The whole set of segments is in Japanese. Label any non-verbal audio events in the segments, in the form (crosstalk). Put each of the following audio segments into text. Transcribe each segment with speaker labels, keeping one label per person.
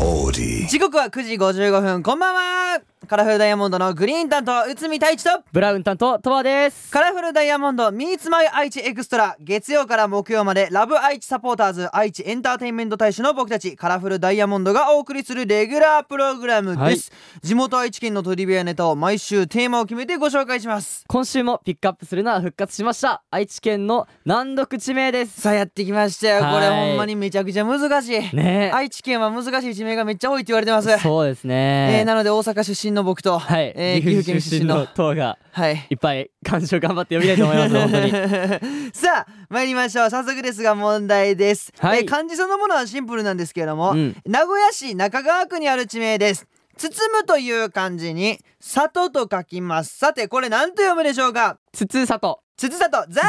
Speaker 1: Audi.
Speaker 2: 時刻は9時55分こんばんはカラフルダイヤモンドのグリーン担当内海太一と
Speaker 3: ブラウン担当トワです
Speaker 2: カラフルダイヤモンド Meets My 愛知エクストラ月曜から木曜までラブ愛知サポーターズ愛知エンターテインメント大使の僕たちカラフルダイヤモンドがお送りするレギュラープログラムです、地元愛知県のトリビアネタを毎週テーマを決めてご紹介します
Speaker 3: 今週もピックアップするのは復活しました愛知県の難読地名です
Speaker 2: さあやってきましたよこれ
Speaker 3: はい
Speaker 2: ほんまにめちゃくちゃ難しい、
Speaker 3: ね
Speaker 2: 愛知県は難しい地名がめっちゃ多いって言われてます
Speaker 3: そうです
Speaker 2: え
Speaker 3: ね
Speaker 2: ーなので大阪出身の僕と、
Speaker 3: はい、
Speaker 2: えー岐阜県出身の
Speaker 3: 党が
Speaker 2: はい
Speaker 3: いっぱい感想頑張って読みたいと思います本当
Speaker 2: (laughs)
Speaker 3: に
Speaker 2: さあ参りましょう早速ですが問題です、
Speaker 3: はい
Speaker 2: えー漢字そのものはシンプルなんですけれども、
Speaker 3: うん
Speaker 2: 名古屋市中川区にある地名です包むという漢字に里と書きますさてこれ何と読むでしょうか
Speaker 3: つつさと
Speaker 2: 筒里残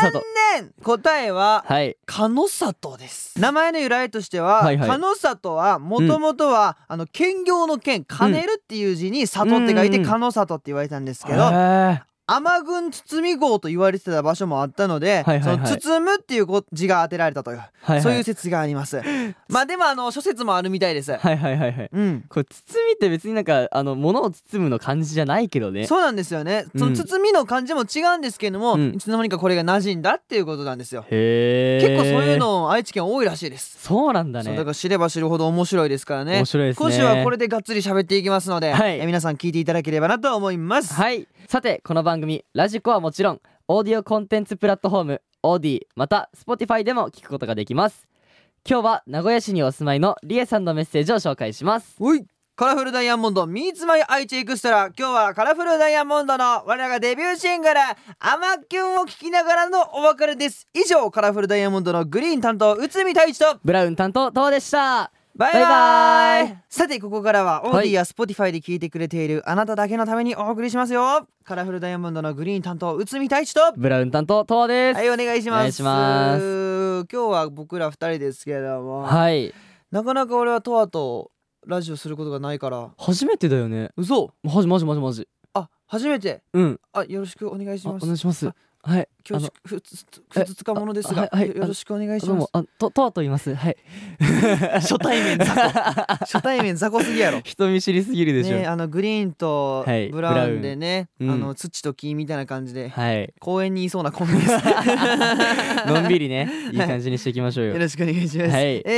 Speaker 2: 念答えは
Speaker 3: はい
Speaker 2: 鹿の里です名前の由来としては、
Speaker 3: はいはい
Speaker 2: 鹿の里はもともとは、あの兼業の兼兼ねるっていう字に里って書いて
Speaker 3: うん
Speaker 2: 鹿の里って言われたんですけ
Speaker 3: へ
Speaker 2: ど、
Speaker 3: ー
Speaker 2: 雨軍包み号と言われてた場所もあったので、
Speaker 3: はいはいはい
Speaker 2: その包むっていうこ字が当てられたという、
Speaker 3: はいはい
Speaker 2: そういう説があり
Speaker 3: (laughs)
Speaker 2: ますまあでもあの諸説もあるみたいです、
Speaker 3: はいはいはいはい
Speaker 2: うん
Speaker 3: これ包みって別になんかあの物を包むの感じじゃないけどね
Speaker 2: そうなんですよね、
Speaker 3: うん
Speaker 2: その包みの感じも違うんですけども、
Speaker 3: うん
Speaker 2: いつの間にかこれが馴染んだっていうことなんですよ、
Speaker 3: へえ
Speaker 2: 結構そういうの愛知県多いらしいです
Speaker 3: そうなんだ
Speaker 2: そう
Speaker 3: ね
Speaker 2: だから知れば知るほど面白いですからね
Speaker 3: 面白いですね
Speaker 2: 今週はこれでがっつり喋っていきますので、
Speaker 3: はい
Speaker 2: え皆さん聞いていただければなと思います、
Speaker 3: はいさてこの番組ラジコはもちろんオーディオコンテンツプラットフォームオーディまた Spotify でも聞くことができます今日は名古屋市にお住まいのりえさんのメッセージを紹介します
Speaker 2: おいカラフルダイヤモンド Meets My 愛知エクストラ今日はカラフルダイヤモンドの我らがデビューシングル「アマキュン」を聴きながらのお別れです以上カラフルダイヤモンドのグリーン担当内海太一と
Speaker 3: ブラウン担当とうでした
Speaker 2: バイバイ
Speaker 3: バイバイ
Speaker 2: さてここからはオー
Speaker 3: は
Speaker 2: デ
Speaker 3: い
Speaker 2: ィや Spotify で聞いてくれているあなただけのためにお送りしますよカラフルダイヤモンドのグリーン担当内海太一と
Speaker 3: ブラウン担当とうです
Speaker 2: はいお願いし
Speaker 3: お
Speaker 2: ま
Speaker 3: 願
Speaker 2: す
Speaker 3: いします
Speaker 2: 今日は僕ら二人ですけれども、
Speaker 3: はい
Speaker 2: なかなか俺はとわとラジオすることがないから
Speaker 3: 初めてだよね
Speaker 2: 嘘
Speaker 3: マジマジマジマジ
Speaker 2: あ初めて
Speaker 3: うん
Speaker 2: あよろしくお願いし
Speaker 3: あお
Speaker 2: ます。
Speaker 3: 願いします
Speaker 2: あ
Speaker 3: はい
Speaker 2: 今日
Speaker 3: あの
Speaker 2: ふつつ
Speaker 3: え
Speaker 2: ふつつかものですが、
Speaker 3: あはいはい
Speaker 2: よろしくお願いし
Speaker 3: どう
Speaker 2: ま
Speaker 3: も
Speaker 2: す。
Speaker 3: あととうと言いますはい
Speaker 2: 初対面雑魚 (laughs) 初対面雑魚すぎやろ。
Speaker 3: (laughs) 人見知りすぎる (laughs) でしょ、
Speaker 2: ね、あのグリーンと
Speaker 3: はい
Speaker 2: ブラウンでね、
Speaker 3: ブラウン
Speaker 2: あ
Speaker 3: う
Speaker 2: の土と木みたいな感じで、
Speaker 3: はい
Speaker 2: 公園にいそうなコンビ
Speaker 3: (laughs)
Speaker 2: です。
Speaker 3: のんびりねいい感じにしていきましょうよ
Speaker 2: よろしくお願いします。
Speaker 3: はい
Speaker 2: え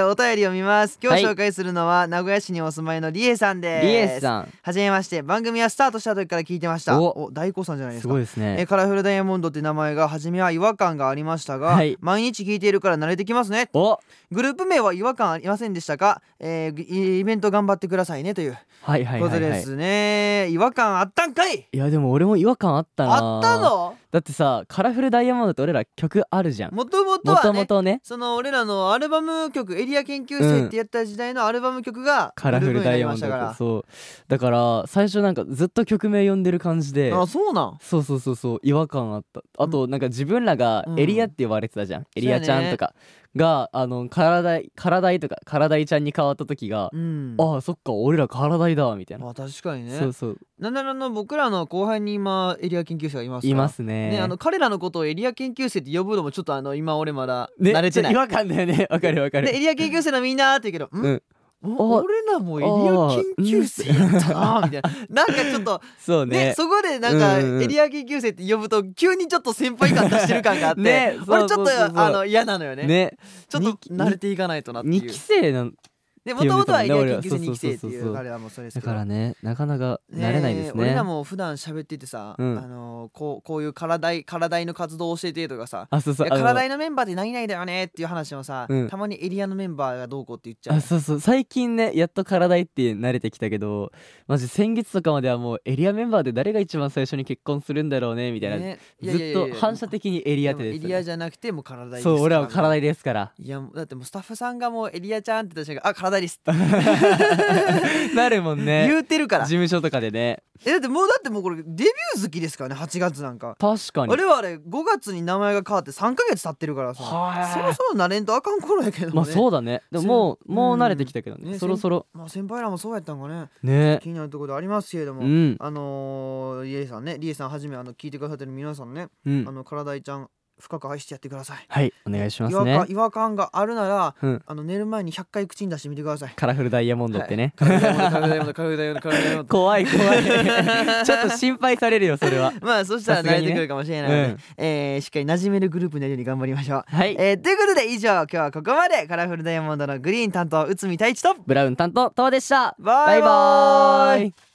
Speaker 2: ーお便りを見ます。今日
Speaker 3: はい
Speaker 2: 紹介するのは名古屋市にお住まいのリエさんです。
Speaker 3: りえさん
Speaker 2: はじめまして。番組はスタートした時から聞いてました。
Speaker 3: お
Speaker 2: お大光さんじゃないです
Speaker 3: す
Speaker 2: か。
Speaker 3: ごいですね
Speaker 2: えーカラフルダイヤモンドって名前が初めは違和感がありましたが、
Speaker 3: はい
Speaker 2: 毎日聞いているから慣れてきますね
Speaker 3: お
Speaker 2: グループ名は違和感ありませんでしたが、えーイイベント頑張ってくださいねという
Speaker 3: はいはい
Speaker 2: こ
Speaker 3: は
Speaker 2: と
Speaker 3: い、は
Speaker 2: で
Speaker 3: い、
Speaker 2: すね、違和感あったんかい
Speaker 3: いやでも俺も違和感あったな
Speaker 2: あったの
Speaker 3: だってさカラフルダイヤモンドって俺ら曲あるじゃんも
Speaker 2: もともとは
Speaker 3: と
Speaker 2: ね
Speaker 3: もとね
Speaker 2: その俺らのアルバム曲エリア研究生ってやった時代のアルバム曲が
Speaker 3: カラフルダイヤモン
Speaker 2: グ
Speaker 3: ド
Speaker 2: ループ名になりましたか
Speaker 3: っ
Speaker 2: ら
Speaker 3: てそうだから最初なんかずっと曲名呼んでる感じで
Speaker 2: あそうなん
Speaker 3: そうそうそうそう違和感あったあとなんか自分らが
Speaker 2: うん
Speaker 3: エリアって呼ばれてたじゃん、エリアちゃんとかが、あの体体とか体ちゃんに変わった時が
Speaker 2: う、ん
Speaker 3: ああそっか俺ら体だみたいな、
Speaker 2: まあ確かにね
Speaker 3: そうそう
Speaker 2: なんならあの僕らの後輩に今エリア研究生がいますから
Speaker 3: いますね
Speaker 2: ね、あの彼らのことをエリア研究生って呼ぶのもちょっとあの今俺まだ
Speaker 3: ね
Speaker 2: 慣れてない、
Speaker 3: ちょっと違和感だよねわかるわかる
Speaker 2: でエリア研究生のみんなって言うけど、ん、
Speaker 3: うん
Speaker 2: お
Speaker 3: あ
Speaker 2: 俺らもエリア研究生やったなみたいななんかちょっ
Speaker 3: (laughs)
Speaker 2: と
Speaker 3: そう
Speaker 2: ね
Speaker 3: ね
Speaker 2: そこでなんか
Speaker 3: うんうんうん
Speaker 2: エリア研究生って呼ぶと急にちょっと先輩感出してる感があって、
Speaker 3: (laughs) ね
Speaker 2: 俺ちょ
Speaker 3: そ
Speaker 2: っ
Speaker 3: うそうそうそう
Speaker 2: とあの嫌なのよね
Speaker 3: ね
Speaker 2: ちょっと慣れていかないとなってい
Speaker 3: 二
Speaker 2: う
Speaker 3: 期生なん
Speaker 2: でもともとはエリア
Speaker 3: って呼んでたもんね
Speaker 2: 研究
Speaker 3: 俺ら
Speaker 2: 生2期生ってい
Speaker 3: そうそうそ
Speaker 2: う
Speaker 3: うそう
Speaker 2: 彼らもそうです
Speaker 3: だ
Speaker 2: けど
Speaker 3: からねなかなか慣れないですね
Speaker 2: 俺らも普段喋っててさ、
Speaker 3: うん
Speaker 2: あのこうこういう体体の活動を教えてとかさ
Speaker 3: あそうそうあの
Speaker 2: 体のメンバーで何々だよねっていう話もさ、
Speaker 3: うん
Speaker 2: たまにエリアのメンバーがどうこうって言っちゃ
Speaker 3: あ
Speaker 2: う
Speaker 3: そうそう最近ねやっと体って慣れてきたけどマジ先月とかまではもうエリアメンバーで誰が一番最初に結婚するんだろうねみたいな、
Speaker 2: ね
Speaker 3: ずっと反射的にエ
Speaker 2: い
Speaker 3: リ
Speaker 2: や
Speaker 3: ア
Speaker 2: い
Speaker 3: 手
Speaker 2: やいや
Speaker 3: で
Speaker 2: エ
Speaker 3: す、
Speaker 2: リアじゃなくてもう体です
Speaker 3: そう俺らは
Speaker 2: から
Speaker 3: 体ですから (laughs)
Speaker 2: いやもうだってもうスタッフさんがもうエリアちゃんって出したらあ体ですって
Speaker 3: なるもんね
Speaker 2: 言うてるから
Speaker 3: 事務所とかでね
Speaker 2: えだってもうだってもうこれデビュー好きですからね8月なんか
Speaker 3: 確かに
Speaker 2: 我々5月に名前が変わって3ヶ月経ってるからさ
Speaker 3: は
Speaker 2: そろそろ慣れんとあかん頃やけどね、
Speaker 3: まあそうだねでももう
Speaker 2: うん
Speaker 3: もう慣れてきたけどね
Speaker 2: ね
Speaker 3: そろそろ
Speaker 2: まあ先輩らもそうやったんかね
Speaker 3: ね
Speaker 2: 気になるところでありますけれども、
Speaker 3: うん
Speaker 2: あのー、リエさんねリエさんはじめあの聞いてくださってる皆さんね、あ
Speaker 3: うん
Speaker 2: の体井ちゃん深く愛してやってください
Speaker 3: はいお願いしま
Speaker 2: 違
Speaker 3: す
Speaker 2: 和
Speaker 3: ね
Speaker 2: 感違和感があるなら
Speaker 3: うん
Speaker 2: あの寝る前に100回口に出してみてください
Speaker 3: カラフルダイヤモンドってね、
Speaker 2: 体だよ体だよ体だよ
Speaker 3: 怖い怖 (laughs) いちょっと心配されるよそれは
Speaker 2: (laughs) まあそしたら
Speaker 3: さすが
Speaker 2: 慣れ
Speaker 3: にね
Speaker 2: てくるかもしれないので、えーしっかり馴染めるグループになるように頑張りましょう、
Speaker 3: はい、
Speaker 2: えーということで以上今日はここまでカラフルダイヤモンドのグリーン担当内海太一と
Speaker 3: ブラウン担当とわでした
Speaker 2: バイバ
Speaker 3: バイ
Speaker 2: イ
Speaker 3: バーイ